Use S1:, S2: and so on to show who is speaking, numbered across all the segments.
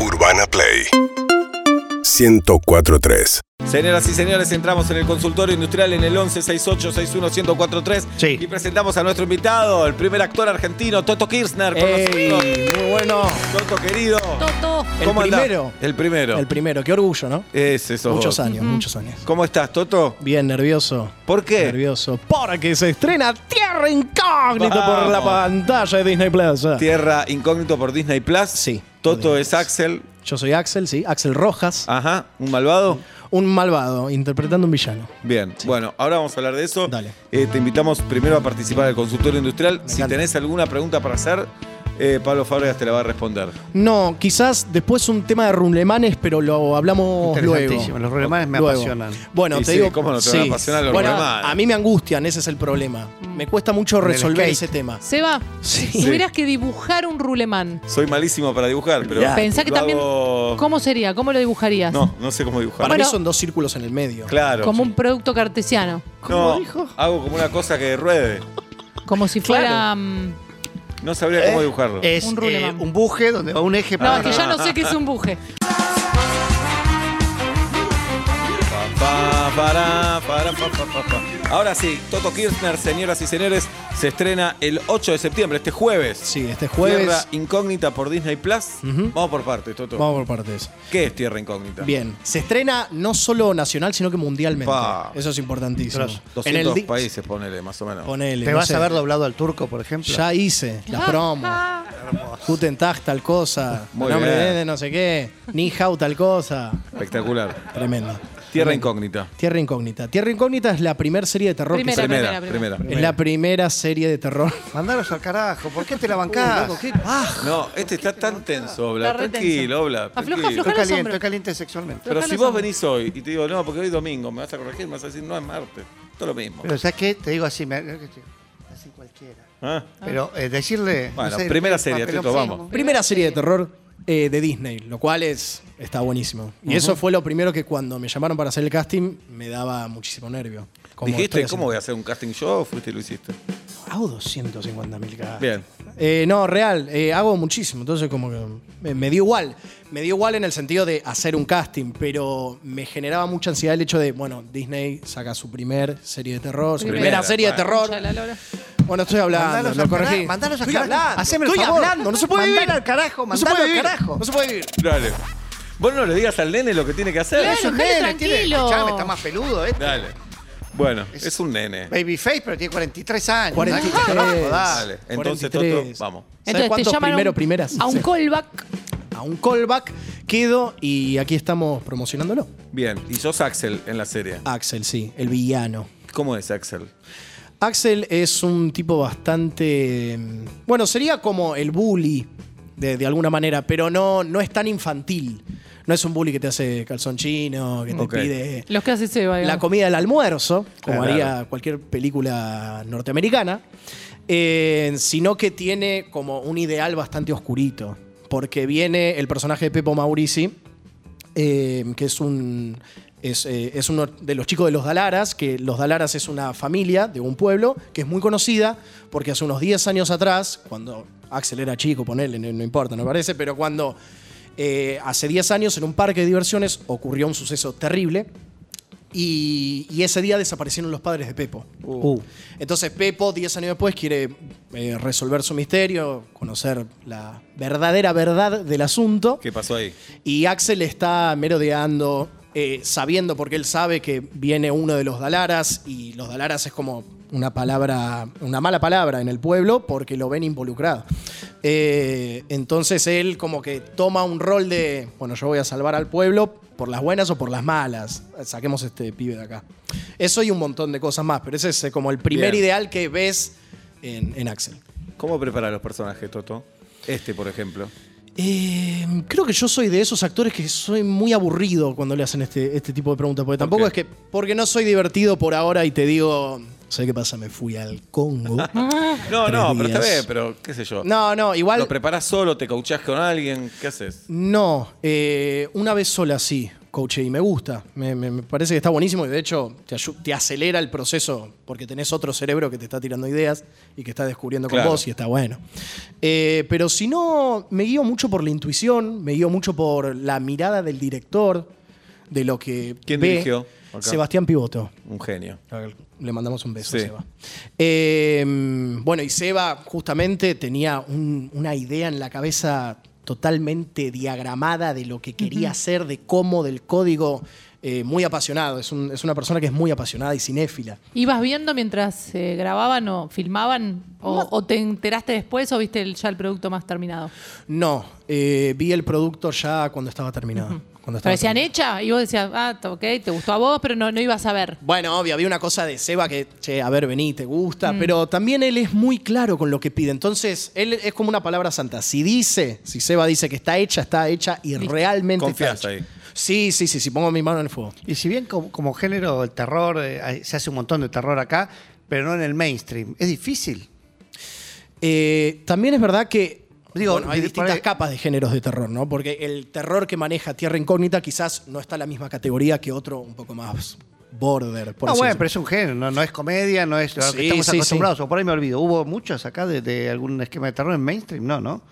S1: Urbana Play 104.3
S2: Señoras y señores, entramos en el consultorio industrial en el 11 68 61 1043
S3: Sí.
S2: y presentamos a nuestro invitado, el primer actor argentino, Toto Kirchner, con nosotros.
S3: ¡Ey! Muy bueno.
S2: Toto querido.
S4: Toto.
S3: El
S2: andás?
S3: primero.
S2: El primero.
S3: El primero, qué orgullo, ¿no?
S2: es eso.
S3: Muchos años, muchos años.
S2: ¿Cómo estás, Toto?
S3: Bien nervioso.
S2: ¿Por qué?
S3: Nervioso. Porque se estrena Tierra Incógnita por
S2: Vamos.
S3: la pantalla de Disney Plus.
S2: Tierra incógnito por Disney Plus.
S3: Sí.
S2: Toto
S3: Disney
S2: es
S3: Plus.
S2: Axel.
S3: Yo soy Axel, sí, Axel Rojas,
S2: Ajá, un malvado.
S3: un malvado interpretando un villano.
S2: Bien, bueno, ahora vamos a hablar de eso.
S3: Dale.
S2: Eh, te invitamos primero a participar del consultorio industrial. Si
S3: encanta.
S2: tenés alguna pregunta para hacer, eh, Pablo Fábregas te la va a responder.
S3: No, quizás después un tema de rumlemanes, pero lo hablamos luego.
S5: Interesantísimo, los rulemanes me
S3: Luego.
S5: apasionan.
S3: Bueno,
S2: Y
S3: te
S2: sí,
S3: digo.
S2: ¿cómo no te van a apasionar los
S3: Bueno,
S2: rulemanes?
S3: A mí me angustian, ese es el problema. Me cuesta mucho
S5: En Mm. el
S3: resolver
S5: skate.
S3: ese tema.
S4: Seba,
S3: Sí.
S4: si tuvieras que dibujar un rulemán,
S2: Soy malísimo para dibujar, pero.
S3: Ya.
S4: Pensá que
S2: Ah, lo
S4: también-
S2: hago-
S4: ¿cómo sería? ¿Cómo lo dibujarías?
S2: No, no sé cómo dibujar.
S3: Para
S4: Bueno.
S3: mí son dos círculos en el medio.
S2: claro.
S4: Como un producto cartesiano.
S2: no, Hago como una cosa que ruede.
S4: Como si
S3: Claro.
S4: fuera. mm,
S2: No sabría cómo dibujarlo.
S5: Es eh,
S4: Un
S5: un,
S4: ruleman.
S5: buje donde va un eje
S4: No,
S2: Ah.
S5: para
S4: es que ya no sé qué es un buje.
S2: Pa, para, para, pa, pa, pa, pa. Ahora sí, Toto Kirchner, señoras y señores, se estrena el 8 de septiembre, este jueves.
S3: Sí, este jueves.
S2: Tierra Incógnita por Disney Plus. Vamos por partes, Toto.
S3: Vamos por partes.
S2: ¿Qué es Tierra Incógnita?
S3: Bien, se estrena no solo nacional, sino que mundialmente.
S2: Pa.
S3: Eso es importantísimo.
S5: Grosso.
S2: 200
S3: di-
S2: países, ponele, más o menos.
S3: Ponele.
S5: ¿Te
S3: no
S5: vas
S3: sé.
S5: a ver doblado al turco, por ejemplo?
S3: Ya hice la promo. Guten Tag, tal cosa.
S2: Muy
S3: nombre
S2: bien.
S3: de- de no sé qué. Ni Hao, tal cosa.
S2: Espectacular.
S3: Tremendo.
S2: Tierra
S3: Tremendo.
S2: Incógnita.
S3: Tierra Incógnita. Tierra Incógnita es la primera serie de terror
S4: Primera,
S3: que sale.
S2: Primera,
S4: primera,
S2: primera.
S4: primera.
S3: Es la primera serie de terror.
S5: Mandaros al carajo, ¿por qué te la
S2: Ah.
S5: bancás?
S2: No, este está tan tenso, Obla.
S4: Está re tenso.
S2: Tranquilo, Obla.
S4: Afloja,
S2: tranquilo.
S4: afloja.
S5: Estoy
S4: Ojalá
S5: caliente,
S4: sombra.
S5: estoy caliente sexualmente.
S2: Pero si
S4: Ojalá
S2: vos
S4: somos.
S2: venís hoy y te digo, no, porque hoy es domingo, me vas a corregir, me vas a decir, no, es martes. Todo lo mismo.
S5: Pero ¿sabes qué? Te digo así, me... así cualquiera.
S2: ¿Ah?
S5: Pero eh, decirle...
S2: Bueno,
S5: no sé,
S2: primera
S5: el
S2: serie,
S5: papelón
S2: Tito,
S5: feo.
S2: vamos.
S3: Primera serie de terror eh, de Disney, lo cual es está buenísimo. Y eso fue lo primero que cuando me llamaron para hacer el casting me daba muchísimo nervio. Como
S2: ¿Dijiste
S3: estoy
S2: cómo voy a hacer un casting show o fuiste y lo hiciste?
S3: haciendo- Hago 250 mil cada.
S2: Bien.
S3: Eh, no, real, eh, hago muchísimo, entonces como que me, me dio igual. Me dio igual en el sentido de hacer un casting, pero me generaba mucha ansiedad el hecho de, bueno, Disney saca su primer serie de terror, su primera,
S2: Primera,
S3: serie
S2: bueno.
S3: de terror.
S4: Concha de la lora.
S3: Bueno, estoy hablando,
S5: Mandalos
S3: lo
S5: al
S3: corregí.
S5: carajo, mandalos al
S3: estoy
S5: carajo.
S3: hablando,
S5: Haceme el
S3: estoy
S5: favor.
S3: hablando, no se puede vivir.
S5: Mandalo al carajo,
S3: no se
S5: mandalo
S3: puede
S5: al
S3: vivir.
S5: carajo.
S3: No se puede vivir.
S2: Dale. Vos no le digas al nene lo que tiene que hacer.
S4: Claro,
S5: Es un
S4: déjalo
S5: nene, tiene-
S4: tranquilo.
S5: escuchame, está más peludo, ¿eh?
S2: Dale. Bueno, es un nene.
S5: Babyface, pero tiene 43 años.
S3: 43.
S5: Dale,
S2: Ah, Dale. Entonces, Toto,
S3: 43.
S2: vamos.
S3: ¿Sabes
S4: Entonces te
S3: cuántos
S4: llaman a
S3: primero
S4: un,
S3: primeras?
S4: a un
S3: Sí.
S4: callback.
S3: a un callback, quedo y aquí estamos promocionándolo.
S2: Bien. Y sos Axel en la serie.
S3: Axel, sí, el villano.
S2: ¿Cómo es Axel?
S3: Axel es un tipo bastante. mm, Bueno, sería como el bully, de, de alguna manera, pero no, no es tan infantil. No es un bully que te hace calzón chino, que te
S2: Ok.
S3: pide
S4: Los que hace Seba.
S3: la
S4: digamos.
S3: comida del almuerzo, como
S2: Claro.
S3: haría cualquier película norteamericana, eh, sino que tiene como un ideal bastante oscurito. Porque viene el personaje de Pepo Maurici, eh, que es un. Es, eh, es uno de los chicos de los Dalaras, que los Dalaras es una familia de un pueblo que es muy conocida porque hace unos 10 años atrás, cuando Axel era chico, ponele, no, no importa, no parece, pero cuando eh, hace 10 años en un parque de diversiones ocurrió un suceso terrible y, y ese día desaparecieron los padres de Pepo. Entonces Pepo, 10 años después, quiere eh, resolver su misterio, conocer la verdadera verdad del asunto.
S2: ¿Qué pasó ahí?
S3: Y Axel está merodeando, eh, sabiendo, porque él sabe que viene uno de los Dalaras, y los Dalaras es como una palabra, una mala palabra en el pueblo, porque lo ven involucrado. Eh, entonces él como que toma un rol de, bueno, yo voy a salvar al pueblo por las buenas o por las malas. Saquemos este pibe de acá. Eso y un montón de cosas más, pero ese es eh, como el primer
S2: Bien.
S3: ideal que ves en- en Axel.
S2: ¿Cómo preparar los personajes, Toto? Este, por ejemplo.
S3: Eh, creo que yo soy de esos actores que soy muy aburrido cuando le hacen este, este tipo de preguntas. Porque tampoco
S2: qué?
S3: es que. Porque no soy divertido por ahora y te digo. ¿Sabes qué pasa? Me fui al Congo.
S2: No,
S3: Tres
S2: no, pero está
S3: días.
S2: bien, pero qué sé yo.
S3: no, no, igual.
S2: ¿Lo preparás solo? ¿Te cauchás con alguien? ¿Qué haces?
S3: No, eh, una vez sola sí. coaché y me gusta. Me, me- me parece que está buenísimo y de hecho te, ayu- te acelera el proceso porque tenés otro cerebro que te está tirando ideas y que está descubriendo con
S2: Claro.
S3: vos y está bueno. Eh, pero si no, me guío mucho por la intuición, me guío mucho por la mirada del director, de lo que.
S2: ¿Quién
S3: ve.
S2: dirigió acá?
S3: Sebastián Pivoto.
S2: Un genio.
S3: Le mandamos un beso
S2: Sí.
S3: a Seba. Eh, bueno, y Seba justamente tenía un- una idea en la cabeza totalmente diagramada de lo que quería hacer, de cómo, del código. eh, muy apasionado. Es, un- es una persona que es muy apasionada y cinéfila.
S4: ¿Ibas viendo mientras eh, grababan o filmaban? O, o te enteraste después o viste el- ya el producto más terminado?
S3: No, eh, vi el producto ya cuando estaba terminado. cuando
S4: Pero
S3: estaba
S4: decían
S3: terminado.
S4: hecha y vos decías, ah, t- ok, te gustó a vos, pero no, no ibas a ver.
S3: Bueno, obvio, había una cosa de Seba que, che, a ver, vení, te
S5: Mm.
S3: gusta, pero también él es muy claro con lo que pide. Entonces, él es como una palabra santa. Si dice, si Seba dice que está hecha, está hecha y realmente
S2: Confianza
S3: está hecha.
S2: ahí.
S3: Sí, sí, sí, sí, pongo mi mano en el fuego.
S5: Y si bien como, como género el terror, eh, hay- se hace un montón de terror acá, pero no en el mainstream. Es difícil.
S3: Eh, también es verdad que
S5: Digo,
S3: bueno, hay
S5: por
S3: distintas
S5: ahí-
S3: capas de géneros de terror, ¿no? Porque el terror que maneja Tierra Incógnita quizás no está en la misma categoría que otro un poco más border. Por
S5: no,
S3: así
S5: bueno,
S3: decirlo.
S5: pero es un género, no, no es comedia, no es a lo que
S3: Sí,
S5: estamos
S3: sí, sí.
S5: acostumbrados. O por ahí me olvido. ¿Hubo muchos acá de, de algún esquema de terror en mainstream? No, ¿no?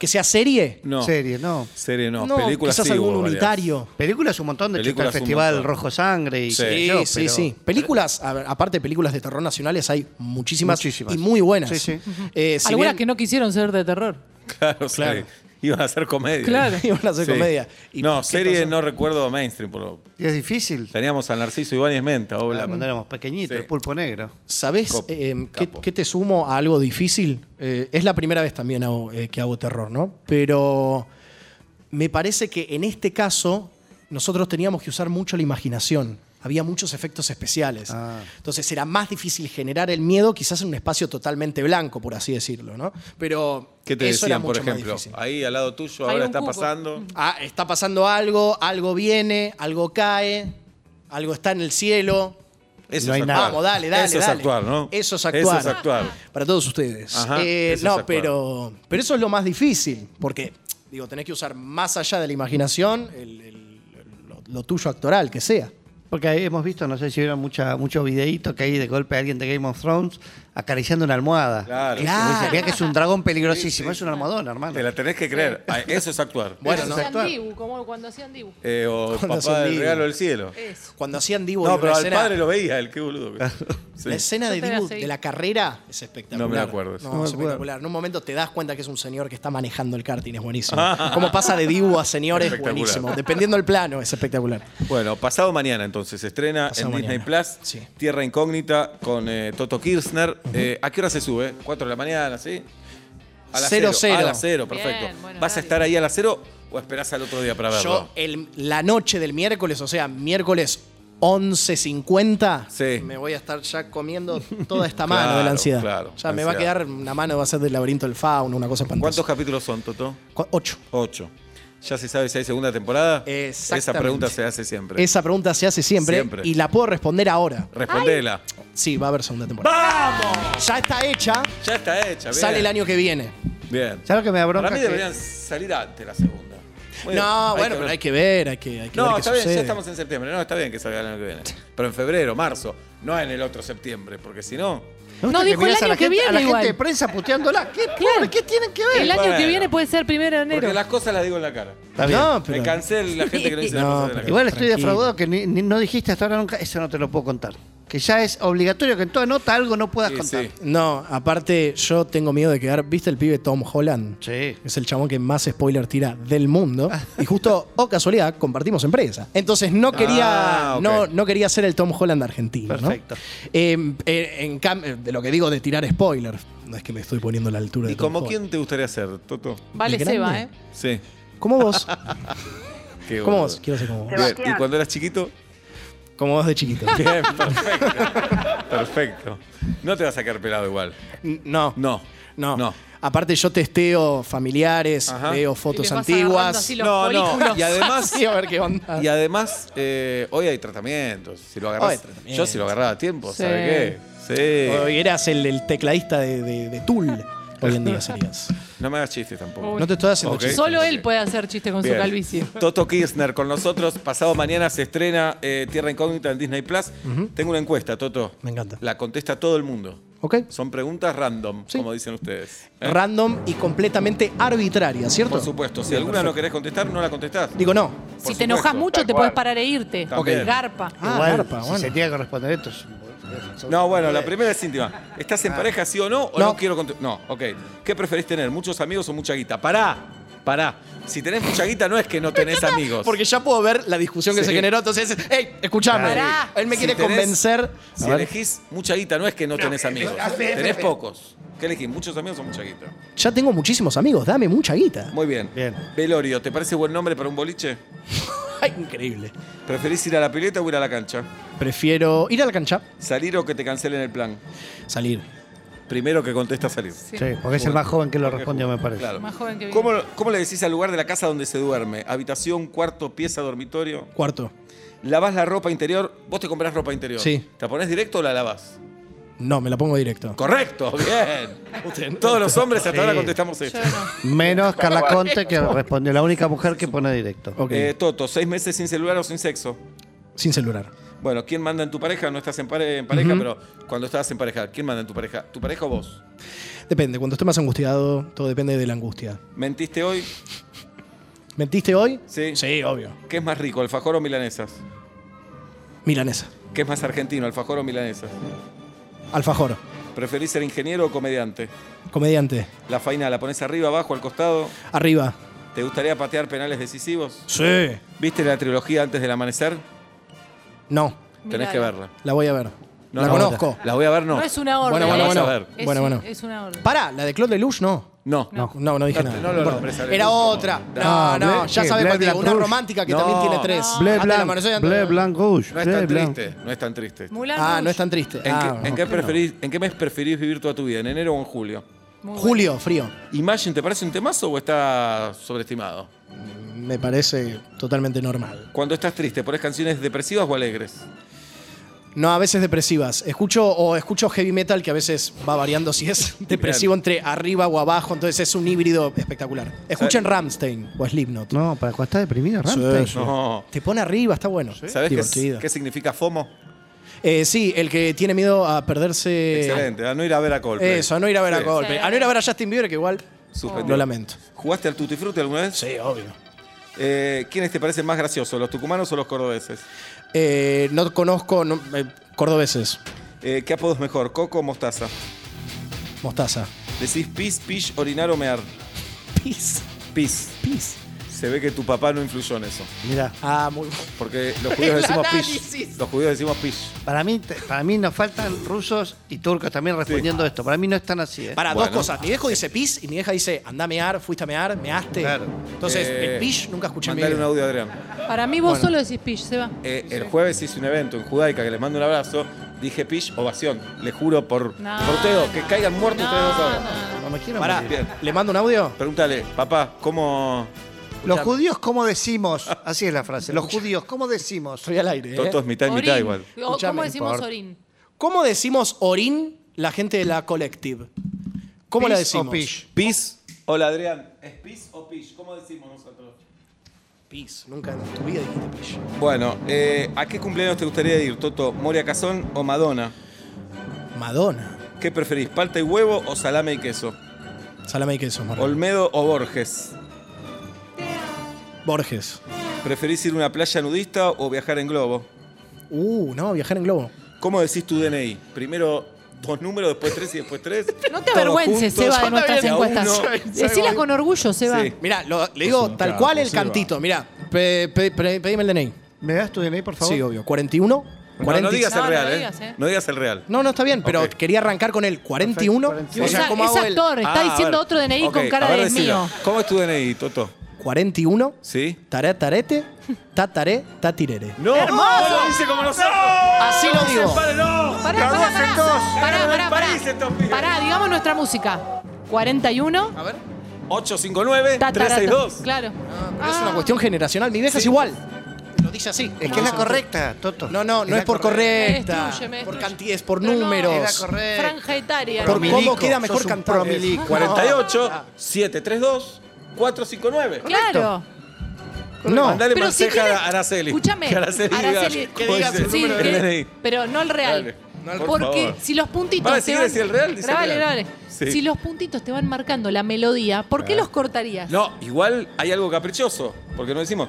S3: que sea serie.
S2: No.
S5: Serie, no.
S2: Serie no. Películas
S3: quizás
S2: sí
S3: algún
S2: hubo varias.
S3: unitario.
S5: Películas un montón, de hecho está el
S2: Películas un
S5: Festival
S2: montón.
S5: Rojo Sangre y
S2: Sí.
S5: qué sé
S3: Sí,
S5: yo,
S3: sí,
S5: pero-
S3: sí. Películas, a ver, aparte de películas de terror nacionales, hay muchísimas,
S5: Muchísimas.
S3: y muy buenas.
S5: Sí, sí.
S3: Eh, si
S4: Algunas
S3: bien-
S4: que no quisieron ser de terror.
S2: Claro, sí.
S3: Claro.
S2: Iban a hacer comedia.
S4: Claro.
S3: Iban a hacer
S2: Sí.
S3: comedia. ¿Y
S2: No,
S3: qué
S2: serie
S3: pasó?
S2: no recuerdo mainstream. Por lo-
S5: Y es difícil.
S2: Teníamos a Narciso Ibáñez Menta. obla.
S3: Ah,
S5: Claro, Cuando éramos pequeñitos,
S2: Sí.
S5: el pulpo negro.
S3: ¿Sabés
S2: Cop-
S3: eh, qué,
S2: capo.
S3: qué te sumo a algo difícil? Eh, es la primera vez también hago, eh, que hago terror, ¿no? Pero me parece que en este caso nosotros teníamos que usar mucho la imaginación. Había muchos efectos especiales.
S5: Ah.
S3: Entonces era más difícil generar el miedo quizás en un espacio totalmente blanco, por así decirlo, ¿no? Pero
S2: ¿Qué te
S3: eso era
S2: decían, por
S3: mucho más
S2: ejemplo?
S3: difícil.
S2: Ahí al lado tuyo,
S4: Hay
S2: ahora
S4: un
S2: está
S4: cupo. Mm.
S2: pasando.
S3: Ah, está pasando algo, algo viene, algo cae, algo está en el cielo.
S2: Eso
S5: No hay
S2: es
S5: nada.
S2: actuar.
S3: Vamos, dale, dale.
S2: Eso es
S3: dale.
S2: actuar, ¿no?
S3: Eso es
S2: Eso
S3: actuar.
S2: es actuar.
S3: Para todos ustedes.
S2: Ajá,
S3: Eh,
S2: eso es
S3: no,
S2: actuar.
S3: pero, pero eso es lo más difícil, porque digo, tenés que usar más allá de la imaginación el- el- lo, lo tuyo actoral, que sea.
S5: Porque ahí hemos visto, no sé si vieron mucha, muchos videitos que hay de golpe alguien de Game of Thrones acariciando una almohada.
S2: Claro.
S3: Claro.
S5: Vos sabías que es un dragón peligrosísimo, es una almohadona, hermano.
S2: Te la tenés que creer. Ah, Eso es actuar.
S3: Bueno, no.
S5: Hacían
S4: Dibu, como cuando hacían Dibu.
S2: Eh, o
S3: Cuando Eh,
S2: papá
S3: son
S2: del
S3: libres.
S2: regalo del cielo.
S4: Eso.
S3: Cuando hacían Divo
S2: No,
S3: una
S2: pero al
S3: escena,
S2: padre lo veía, el qué boludo. Sí.
S3: la escena
S4: Yo
S3: de
S4: te la
S3: Divo
S4: seguí.
S3: de la carrera es espectacular.
S2: No me la acuerdo, sí.
S3: No,
S2: No me
S3: es
S5: acuerdo.
S3: espectacular. En un momento te das cuenta que es un señor que está manejando el karting, es buenísimo. Como pasa de Divo a señor es
S2: Espectacular.
S3: buenísimo. Dependiendo del plano, es espectacular.
S2: Bueno, pasado mañana entonces se estrena
S3: Pasado
S2: en Disney
S3: mañana.
S2: Plus
S3: Sí.
S2: Tierra Incógnita con eh, Toto Kirchner. Eh, ¿A qué hora se sube? ¿4 de la mañana, sí? A las
S3: Cero,
S2: 0.
S3: cero.
S2: A las 0, perfecto.
S4: Bien, buen
S2: ¿Vas a
S4: horario.
S2: estar ahí a las 0 o esperás al otro día para verlo?
S3: Yo el- la noche del miércoles, o sea, miércoles 11.50,
S2: Sí.
S3: me voy a estar ya comiendo toda esta
S2: Claro,
S3: mano de la ansiedad.
S2: claro,
S3: ya me va a
S2: ansiedad.
S3: quedar una mano, va a ser del laberinto del fauno, una cosa espantosa.
S2: ¿Cuántos capítulos son, Toto?
S3: Cu- Ocho.
S2: 8. ¿Ya se sabe si hay segunda temporada?
S3: Exactamente.
S2: Esa pregunta se hace siempre.
S3: Esa pregunta se hace siempre,
S2: Siempre.
S3: y la puedo responder ahora.
S2: Respondela.
S3: Sí, va a haber segunda temporada.
S2: ¡Vamos!
S3: Ya está hecha,
S2: Ya está hecha. bien.
S3: sale el año que viene.
S2: Bien.
S5: ¿Sabes lo que me da bronca?
S2: Para mí
S5: Que-
S2: deberían salir antes la segunda. Muy bien,
S3: no, bueno,
S2: que
S3: pero
S2: ver.
S3: hay que ver, hay que, hay que ver
S2: No,
S3: qué
S2: está bien,
S3: sucede.
S2: ya estamos en septiembre. No, está bien que salga el año que viene. Pero en febrero, marzo, no en el otro septiembre, porque si no.
S5: Me gusta
S4: No,
S5: que
S4: dijo el
S5: mirás a la
S4: año que
S5: gente- A la
S4: viene igual.
S5: gente de prensa puteándola. ¿Qué,
S4: Claro.
S5: pobre, ¿qué tienen que ver?
S4: El año que
S2: Bueno.
S4: viene puede ser primero de enero.
S2: Porque las cosas las digo en la cara.
S5: Está bien.
S3: No, pero-
S2: Me cansé de la gente que no dice
S3: No,
S2: las cosas en la
S3: pero
S2: cara.
S5: Igual estoy
S3: Tranquilo.
S5: defraudado que ni- ni- no dijiste hasta ahora nunca. Eso no te lo puedo contar. Que ya es obligatorio que en toda nota algo no puedas
S2: Sí,
S5: contar.
S2: sí.
S3: No, aparte yo tengo miedo de quedar. ¿Viste el pibe Tom Holland?
S5: Sí.
S3: Es el chabón que más spoiler tira del mundo. Y justo, o casualidad, compartimos empresa. Entonces no quería,
S2: Ah. Ah, ok.
S3: no, no quería ser el Tom Holland argentino. ¿no?
S5: Perfecto.
S3: Eh, eh, en cam- eh, de lo que digo de tirar spoiler, no es que me estoy poniendo a la altura de
S2: ¿Y
S3: Tom
S2: como
S3: Holland.
S2: quién te gustaría ser, Toto?
S4: Vale,
S3: ¿El grande?
S4: Seba, ¿eh?
S2: Sí.
S3: Como vos.
S2: Qué
S3: Como
S2: boludo.
S3: vos. Quiero ser como vos.
S2: Bien, ¿Y cuando eras chiquito?
S3: Como vos de chiquito.
S2: Bien, perfecto. perfecto. No te vas a sacar pelado igual.
S3: N- No.
S2: No.
S3: No.
S2: No.
S3: Aparte yo testeo familiares,
S2: Ajá.
S3: veo
S4: Y
S3: fotos
S4: le vas agarrando
S3: antiguas.
S4: así los
S2: No, no.
S4: folículos.
S2: Y además.
S3: Sí, a ver qué onda.
S2: Y además, eh, hoy hay tratamientos. Si lo
S3: Hoy hay
S2: agarrás,
S3: tratamientos.
S2: yo si lo agarraba a tiempo,
S4: Sí.
S2: ¿sabe qué? Sí.
S3: O eras el, el tecladista de, de- de Tool. Hoy en día serías.
S2: No me hagas chistes tampoco.
S4: Uy.
S3: No te estoy haciendo
S2: Ok.
S3: chiste.
S4: Solo él puede hacer chiste con
S2: Bien.
S4: su calvicie.
S2: Toto Kirchner con nosotros. Pasado mañana se estrena eh, Tierra Incógnita en Disney Plus. Tengo una encuesta, Toto.
S3: Me encanta.
S2: La contesta todo el mundo.
S3: ¿Ok?
S2: Son preguntas random,
S3: Sí.
S2: como dicen ustedes. ¿Eh?
S3: Random y completamente arbitraria, ¿cierto?
S2: Por supuesto. Si
S3: Bien,
S2: alguna no
S3: perfecto.
S2: querés contestar, no la contestás.
S3: Digo, no.
S4: Si
S2: supuesto,
S4: te enojas mucho,
S1: tal
S4: te
S1: cual.
S4: puedes parar e irte.
S2: También.
S4: Garpa.
S3: Ah,
S5: Igual,
S3: garpa,
S5: si
S3: bueno.
S5: se tiene que responder esto. es un- es un-
S2: No, bueno, la primera es íntima. ¿Estás en pareja, sí o no? ¿O no,
S3: No.
S2: quiero contestar? No, ok. ¿Qué preferís tener? ¿Muchos amigos o mucha guita? Pará, pará. Si tenés mucha guita, no es que no tenés amigos.
S3: Porque ya puedo ver la discusión que
S2: Sí.
S3: se generó, entonces, hey, escuchame.
S4: Pará.
S3: Él me
S2: Si
S3: quiere
S2: tenés-
S3: convencer.
S2: Si
S3: A ver,
S2: elegís mucha guita, no es que no tenés amigos.
S5: hace-
S2: Tenés pocos. ¿Qué elegís? ¿Muchos amigos o mucha guita?
S3: ya tengo muchísimos amigos, dame mucha guita.
S2: Muy bien.
S5: Bien.
S2: Velorio, ¿te parece buen nombre para un boliche?
S3: Ay, increíble.
S2: ¿Preferís ir a la pileta o ir a la cancha?
S3: Prefiero ir a la cancha,
S2: ¿Salir o que te cancelen el plan?
S3: salir.
S2: Primero que contesta salir.
S5: Sí, porque es el más joven que lo respondió, me parece.
S2: Claro.
S4: Más joven que viene.
S2: ¿Cómo, ¿Cómo le decís al lugar de la casa donde se duerme? ¿Habitación, cuarto, pieza, dormitorio?
S3: Cuarto,
S2: ¿Lavás la ropa interior? ¿Vos te comprás ropa interior?
S3: Sí.
S2: ¿Te la ponés directo o la lavás?
S3: no, me la pongo directo.
S2: Correcto, bien. Todos los hombres hasta ahora contestamos
S4: Yo
S2: esto.
S4: no.
S5: Menos Carla Conte que respondió, la única mujer que pone directo.
S3: Ok,
S2: Eh, Toto, ¿seis meses sin celular o sin sexo?
S3: sin celular.
S2: Bueno, ¿quién manda en tu pareja? No estás en, pare- en pareja, pero cuando estabas en pareja, ¿quién manda en tu pareja? ¿Tu pareja o vos?
S3: Depende, cuando esté más angustiado, todo depende de la angustia.
S2: ¿Mentiste hoy?
S3: ¿Mentiste hoy?
S2: Sí.
S3: Sí, obvio.
S2: ¿Qué es más rico, alfajor o milanesas?
S3: Milanesa.
S2: ¿Qué es más argentino, alfajor o milanesas?
S3: Alfajor.
S2: ¿Preferís ser ingeniero o comediante?
S3: Comediante.
S2: La faina, ¿la pones arriba, abajo, al costado?
S3: Arriba.
S2: ¿Te gustaría patear penales decisivos?
S3: Sí.
S2: ¿Viste la trilogía antes del amanecer?
S3: No,
S2: Tenés
S4: Mirala.
S2: que verla.
S3: la voy a ver.
S2: No,
S3: la
S2: no,
S3: conozco.
S2: La voy a ver, no.
S4: No es una orden.
S3: Bueno,
S2: bueno,
S4: es-
S2: bueno.
S4: Es,
S3: Bueno, bueno.
S4: es una orden.
S3: Pará, la de Claude Lelouch no.
S2: No.
S3: No, Ah, no, dije
S2: No,
S3: nada.
S2: no lo
S3: Bueno,
S2: nombres a Lelouch
S3: era
S2: como-
S3: otra. No, no,
S5: No, Black-
S3: ya
S5: ¿qué?
S3: sabes cuál
S5: Black
S3: digo. Una
S5: Rouge.
S3: romántica que
S2: No.
S3: también tiene tres.
S4: No.
S5: Ble
S3: Antes la
S5: Blanc,
S3: amaneció y antes
S5: Ble
S3: la-
S5: Blanc Rouge.
S2: No es
S5: Ble
S2: tan
S5: Blanc.
S2: triste, no es tan triste. ¿En,
S4: Moulin
S3: Ah,
S4: Rouge.
S3: no es tan triste.
S2: qué,
S3: Ah,
S2: en qué preferís- en qué mes preferís vivir toda tu vida? ¿En enero o en julio?
S4: Muy bueno.
S3: Julio, frío.
S2: Imagine, ¿te parece un temazo o está sobreestimado?
S3: Me parece totalmente normal.
S2: Cuando estás triste, ¿pones canciones depresivas o alegres?
S3: No, a veces depresivas. Escucho o escucho heavy metal que a veces va variando si es depresivo entre arriba o abajo, entonces es un híbrido espectacular. Escuchen Ramstein o Slipknot.
S5: No, para cuando está deprimido,
S3: Sí,
S5: Rammstein.
S3: sí.
S2: No.
S3: Te pone arriba, está bueno.
S2: ¿Sabes qué, es-
S3: Divertido.
S2: qué significa FOMO?
S3: Eh, sí, el que tiene miedo a perderse.
S2: Excelente, a no ir a ver a Coldplay.
S3: Eh, Eso, a no ir a ver
S2: Sí.
S3: a Coldplay.
S4: Sí.
S3: A no ir a ver a Justin Bieber, que igual
S2: Suspendido.
S3: lo lamento.
S2: ¿Jugaste al Tutti Frutti alguna vez?
S3: Sí, obvio.
S2: Eh, ¿Quiénes te parecen más graciosos, los tucumanos o los cordobeses?
S3: Eh, no conozco no, eh, cordobeses.
S2: Eh, ¿Qué apodos mejor, coco o mostaza?
S3: Mostaza.
S2: Decís pis, pis, orinar o mear.
S3: Pis.
S2: Pis.
S3: Pis.
S2: Se ve que tu papá no influyó en eso.
S5: Mirá,
S3: Ah, muy bueno.
S2: Porque los judíos decimos pish.
S4: análisis.
S2: Los judíos decimos pish.
S5: para mí, te- para mí nos faltan rusos y turcos también respondiendo esto. Para mí no es tan así, ¿eh?
S3: Para,
S2: Bueno.
S3: dos cosas. Mi viejo dice pis y mi vieja dice anda a mear, fuiste a mear, measte.
S5: Claro.
S3: Entonces,
S2: Eh,
S3: el pish nunca escuché en mi
S2: Mandale un audio
S3: vida.
S2: a Adrián.
S4: Para mí vos solo decís pitch, se va.
S2: Eh, el jueves hice un evento en Judaica que les mando un abrazo. Dije pish, ovación. Le juro por
S4: No,
S2: porteo,
S4: no.
S2: que caigan muertos
S4: No,
S2: ustedes dos
S4: no,
S2: ahora.
S4: no.
S5: No me quiero
S3: Pará,
S5: morir.
S2: Bien.
S3: ¿le mando un audio?
S2: Pregúntale, papá, ¿cómo.
S5: Los judíos, ¿cómo decimos? Así es la frase. Los judíos, ¿cómo decimos?
S3: Estoy al aire. ¿eh?
S2: Toto es mitad y mitad
S4: Orín.
S2: igual.
S4: O- ¿Cómo
S3: Escuchame,
S4: decimos
S5: por-
S4: orín?
S3: ¿Cómo decimos orín la gente de la Collective? ¿Cómo la
S5: Pis o
S3: decimos?
S5: pish.
S2: Pis. Hola Adrián, ¿es pis o pish? ¿Cómo decimos nosotros?
S3: Pis. Nunca en tu vida dijiste pish.
S2: Bueno, eh, ¿a qué cumpleaños te gustaría ir, Toto? ¿Moria Cazón o Madonna?
S3: Madonna.
S2: ¿Qué preferís, palta y huevo o salame y queso?
S3: Salame y queso, Morgan.
S2: ¿Olmedo o Borges?
S3: Borges.
S2: ¿Preferís ir a una playa nudista o viajar en globo?
S3: Uh, no, viajar en globo.
S2: ¿Cómo decís tu DNI? Primero dos números, después tres y después tres.
S4: No te
S2: Todos
S4: avergüences,
S2: juntos.
S4: Seba, de nuestras
S2: Y a
S4: encuestas.
S2: uno-
S4: Decilas con orgullo, Seba.
S2: Sí.
S3: Mirá, lo- le digo
S5: Pues
S1: un
S3: tal
S1: capo,
S3: cual el
S1: Seba.
S3: cantito. Mirá, pe- pe- pe- pedime el DNI.
S5: ¿Me das tu DNI, por favor?
S3: Sí, obvio. 41.
S2: No,
S3: 40.
S2: no digas
S4: No,
S2: el
S4: no
S2: real,
S4: lo
S2: ¿eh?
S4: digas, ¿eh?
S2: No digas el real.
S3: No, no, está bien, pero
S2: Ok.
S3: quería arrancar con el 41.
S5: Perfecto,
S3: O sea,
S4: Es,
S3: ¿cómo
S4: es
S3: hago el
S4: actor, está
S2: Ah, a
S4: diciendo
S2: ver.
S4: otro DNI
S2: Ok,
S4: con cara
S2: a ver,
S4: de es
S2: decilo.
S4: mío.
S2: ¿Cómo es tu DNI, Toto?
S3: 41?
S2: ¿Sí?
S3: Taré, tarete, tataré, tatirere.
S2: ¡No! ¡Hermoso! ¡No lo dice como nosotros!
S3: Así lo digo.
S2: ¡No!
S4: Pará, pará,
S2: Cagó en dos.
S4: pará. Pará,
S2: Ganó el
S4: pará,
S2: París estos
S4: pará.
S2: pibes.
S4: Pará, digamos nuestra música. 41.
S3: A ver.
S2: 859
S4: tatarata.
S2: 362.
S4: Claro. Ah,
S3: Es una cuestión generacional. Mi vieja es igual. Lo dice así.
S5: Es
S3: Lo
S5: que es
S3: dice
S5: la
S3: así.
S5: correceta, Toto.
S3: No, no, no es por
S4: Me
S3: correcta.
S4: destruye, me
S3: por
S4: destruye.
S3: cantidad, es por
S4: No, no,
S3: números.
S5: es la correcta.
S4: Franja etaria.
S3: Por
S5: Promilico,
S3: cómo queda mejor
S5: sos un
S3: cantar.
S5: promilico.
S2: 48 732 459.
S4: Claro.
S3: No.
S2: Mandale
S4: Pero si
S2: mensaje
S4: tiene-
S2: a Araceli.
S4: Escúchame.
S2: Que Araceli, diga-
S4: Araceli-
S2: ¿cómo
S5: que diga
S2: dice?
S5: su
S4: Sí,
S5: número
S4: que-
S2: El DNI.
S4: pero no el real.
S2: Dale. No el- por
S4: porque
S2: favor.
S4: si los puntitos.
S2: Vale,
S4: te
S2: si
S4: van,
S2: dice el real, dice el
S4: Grabale,
S2: real.
S4: grabale.
S2: Sí.
S4: Si los puntitos te van marcando la melodía, ¿por qué los cortarías?
S2: No, igual hay algo caprichoso, porque no decimos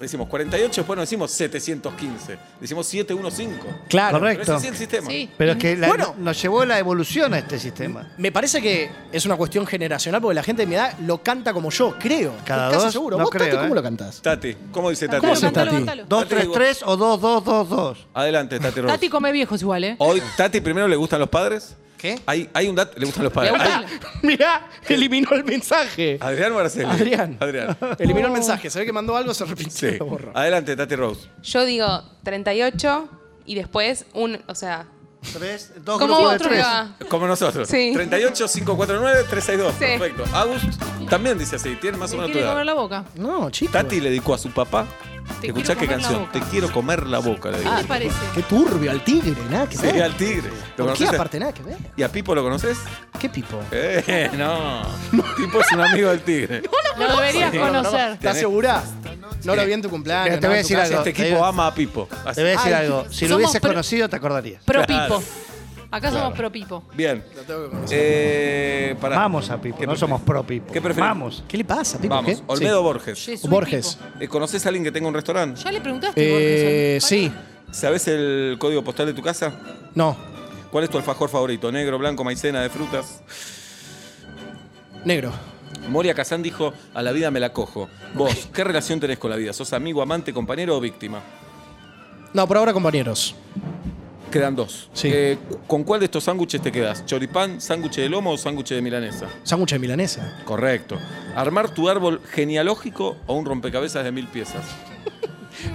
S2: decimos 48, después no decimos 715, decimos 715.
S3: Claro.
S5: Correcto.
S2: Pero es así el sistema.
S4: Sí.
S5: Pero es que la-
S3: Bueno.
S5: nos llevó la evolución a este sistema.
S3: Me parece que es una cuestión generacional porque la gente de mi edad lo canta como yo, creo.
S5: Cada
S3: Estoy casi
S5: dos,
S3: seguro.
S5: no
S3: ¿Vos, Tati,
S5: creo,
S3: cómo
S5: ¿eh?
S3: lo cantás?
S2: Tati, ¿cómo dice Tati?
S4: Cantalo,
S3: ¿Vos estás,
S4: cantalo,
S3: Tati?
S4: cantalo.
S5: 233 o 2222.
S2: Adelante, Tati Ross.
S4: Tati come viejos igual, ¿eh?
S2: Hoy, Tati, primero le gustan los padres.
S3: ¿Qué?
S2: Hay, hay un dato. Le gustan los padres.
S4: Le
S2: Hay-
S4: gusta-
S3: Mirá, eliminó el mensaje.
S2: Adrián o Araceli?
S3: Adrián.
S2: Adrián.
S3: Eliminó el mensaje. Se ve que mandó algo, se arrepintió y
S2: Sí. Ah.
S3: lo borró.
S2: Adelante, Tati Rose.
S1: Yo digo 38 y después un, o sea,
S5: Tres, dos
S1: como
S5: grupos de
S1: otro que
S5: tres.
S1: va.
S2: Como nosotros.
S1: Sí.
S2: 38 549 362.
S1: Sí.
S2: Perfecto. Agus también dice así. Tiene más o
S4: Me
S2: menos tu
S4: quiere comer
S2: edad.
S4: la boca.
S3: No, chico.
S2: Tati le dedicó a su papá.
S4: Te
S2: ¿Escuchás
S4: quiero
S2: qué
S4: comer la
S2: canción?
S4: boca.
S2: Te quiero comer la boca, le digo.
S4: ¿Qué te parece?
S3: Qué turbio, al tigre, nada que
S2: Sí,
S3: ver.
S2: al tigre. ¿Lo
S3: ¿Por qué
S2: conoces?
S3: aparte nada que ver?
S2: ¿Y a Pipo lo conoces?
S3: ¿Qué pipo?
S2: Eh, no. Pipo es un amigo del tigre.
S4: Lo deberías
S2: Sí.
S4: conocer.
S3: ¿Estás segura? No lo vi en tu
S5: Mira,
S3: cumpleaños.
S5: te
S3: no,
S5: voy a
S3: en tu
S5: decir
S3: casa.
S5: algo.
S2: Este
S5: Te
S2: equipo
S5: digo-
S2: ama a Pipo. Así.
S5: Te voy a decir
S3: Ay,
S5: algo. Si lo
S4: somos
S5: hubieses
S4: pre-
S5: conocido, te acordarías.
S4: Pro
S2: Claro.
S4: pipo. Acá somos pro pipo.
S2: Bien. Eh, pará.
S5: Vamos a Pipo,
S2: ¿Qué
S5: no
S2: pre-
S5: somos pro Pipo.
S2: ¿Qué preferís?
S5: Vamos.
S3: ¿Qué le pasa, pipo?
S2: Vamos.
S3: ¿Qué?
S2: Olmedo
S3: Sí.
S2: Borges.
S4: Yo soy
S3: Borges.
S4: pipo.
S2: Eh, ¿Conoces a alguien que tenga un restaurante?
S4: Ya le preguntaste,
S3: Eh,
S4: Borges.
S3: sí.
S2: ¿Sabes el código postal de tu casa?
S3: No.
S2: ¿Cuál es tu alfajor favorito? ¿Negro, blanco, maicena, de frutas?
S3: Negro.
S2: Moria Kazán dijo, a la vida me la cojo. Vos, ¿qué relación tenés con la vida? ¿Sos amigo, amante, compañero o víctima?
S3: No, por ahora, compañeros.
S2: Quedan dos.
S3: Sí.
S2: Eh, ¿Con cuál de estos sándwiches te quedas? ¿Choripán, sándwich de lomo o sándwich de milanesa?
S3: Sándwich de milanesa.
S2: Correcto. ¿Armar tu árbol genealógico o un rompecabezas de mil piezas?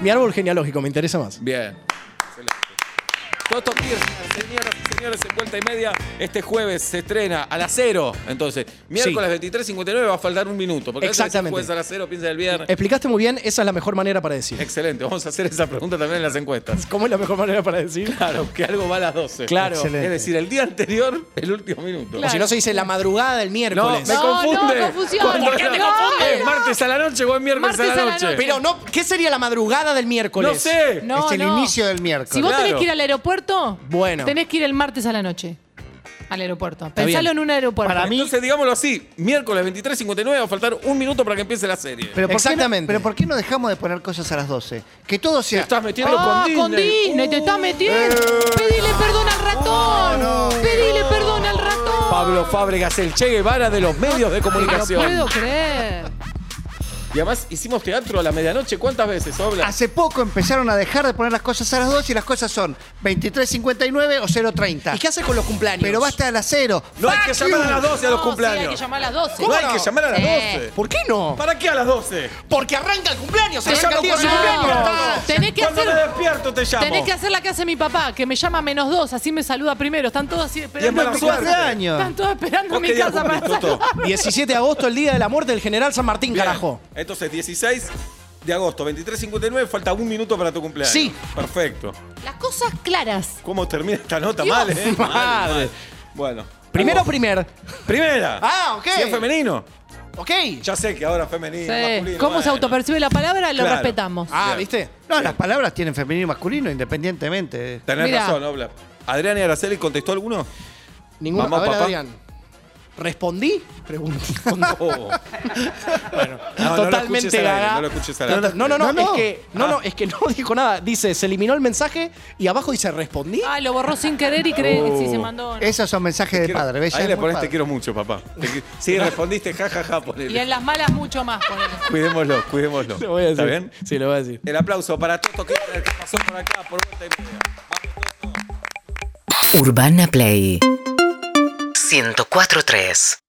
S3: Mi árbol genealógico, me interesa más.
S2: Bien. Excelente. Toto Kirchner, señoras y señores, en vuelta y media, este jueves se estrena a las 0. Entonces, miércoles 23.59 va a faltar un minuto. Porque a veces decís
S3: Exactamente. Eh,
S2: jueves a las 0, piensa el viernes.
S3: Explicaste muy bien, esa es la mejor manera para decir.
S2: Excelente, vamos a hacer esa pregunta también en las encuestas.
S3: ¿Cómo es la mejor manera para decir?
S2: Claro, que algo va a las 12.
S3: Claro.
S5: Excelente.
S2: Es decir, el día anterior, el último minuto.
S3: O si no se dice la madrugada del
S2: No,
S3: miércoles.
S2: me
S4: No,
S2: confunde.
S4: no, confusión.
S2: Cuando
S4: ¿Por qué
S2: era-
S4: te confunde?
S2: ¿Es martes a la noche o es miércoles
S4: Martes
S2: a la noche?
S3: Pero no, ¿qué sería la madrugada del miércoles?
S2: no sé.
S4: No,
S5: es el
S4: no.
S5: inicio del
S4: Si
S5: miércoles.
S4: vos tenés
S2: Claro.
S4: que ir al aeropuerto,
S3: Bueno.
S4: tenés que ir el martes a la noche. Al aeropuerto.
S3: bien.
S4: Pensalo en un aeropuerto. Ah,
S5: Para mí-
S2: Entonces, digámoslo así, miércoles 23.59 va a faltar un minuto para que empiece la serie.
S5: Pero ¿por qué no-
S3: Exactamente.
S5: pero ¿por qué no dejamos de poner cosas a las 12? Que todo
S2: Te
S5: sea.
S2: estás metiendo Uh.
S4: Ah, con Disney, te estás metiendo. Pedile perdón al ratón. Pedile perdón al ratón.
S2: Pablo Fábregas, el Che Guevara de los medios de
S4: Ah, No
S2: comunicación.
S4: puedo creer.
S2: Y además hicimos teatro a la medianoche. ¿Cuántas veces,
S4: Ah,
S2: Obla?
S5: Hace poco empezaron a dejar de poner las cosas a las 2 y las cosas son 23.59 o 0.30.
S3: ¿Y qué haces con los cumpleaños?
S5: Pero basta a las 0.
S2: No hay que llamar a las 12 a los
S4: No, sí, hay que
S2: cumpleaños.
S4: llamar a las 12.
S2: No hay que llamar a las
S4: Sí.
S2: 12.
S3: ¿Por qué no?
S2: ¿Para qué a las 12?
S3: Porque arranca el cumpleaños,
S2: Te
S3: arranca
S2: llamo
S3: el día de su
S2: cuando
S4: No,
S3: cumpleaños.
S2: despierto.
S4: tenés que
S2: Cuando
S4: hacer-
S2: me despierto te llamo.
S4: Tenés que hacer la que hace mi papá, que me llama menos dos, así me saluda primero. Están todos así
S2: Y es
S4: esperando.
S2: mala
S5: mi
S2: suerte.
S5: cumpleaños.
S4: Están todos esperando
S2: ¿Vos
S4: en
S2: qué
S4: mi
S2: día
S4: casa para
S2: cumplís, Toto?
S4: saludarme.
S3: 17 de agosto, el día de la muerte del general San Martín,
S2: Bien.
S3: carajo.
S2: Entonces, 16 de agosto, 23.59, falta un minuto para tu cumpleaños.
S3: Sí.
S2: Perfecto.
S4: Las cosas claras.
S2: ¿Cómo termina esta nota?
S4: Dios.
S2: Mal, ¿eh? Mal,
S3: Madre.
S2: mal. Bueno.
S3: Primero,
S2: Vamos.
S3: primer.
S2: primera.
S3: Ah, ok.
S2: Si es femenino.
S3: Ok.
S2: Ya sé que ahora es femenino. masculino,
S4: ¿Cómo se
S2: bueno.
S4: autopercibe la palabra? Lo
S2: Claro.
S4: respetamos.
S3: Ah,
S2: Bien.
S3: ¿viste?
S5: No, las palabras tienen femenino y masculino independientemente.
S2: Tenés
S4: Mirá.
S2: razón, Obla. ¿Adrián y Araceli contestó alguno?
S3: Ninguno.
S2: Mamá,
S3: a ver,
S2: papá.
S3: Adrián. ¿Respondí? Pregunta.
S2: bueno,
S3: Totalmente gaga.
S2: No lo escuches al
S3: No,
S2: aire,
S3: no,
S2: no Ah. lo escuches al aire.
S3: no, no,
S5: No, no.
S3: es que no, no, es que no dijo nada. Dice, se eliminó el mensaje y abajo dice, ¿respondí?
S4: Ah, lo borró sin querer y cree que
S2: Uh.
S4: sí se mandó. ¿no?
S5: Esos son mensajes de
S2: Quiero-
S5: padre. ¿ves? Ya
S2: Ahí
S5: es
S2: le
S5: muy
S2: pones
S5: padre.
S2: te quiero mucho, papá. Te qui- Sí, respondiste jajaja, ja, ja, ponele.
S4: Y en las malas mucho más. ponele.
S2: Cuidémoslo, cuidémoslo.
S3: Lo voy a
S2: ¿Está
S3: decir.
S2: bien?
S3: Sí, lo voy a decir.
S2: El aplauso para Toto Kirchner que pasó por acá por vuelta y media.
S6: Urbana Play 104.3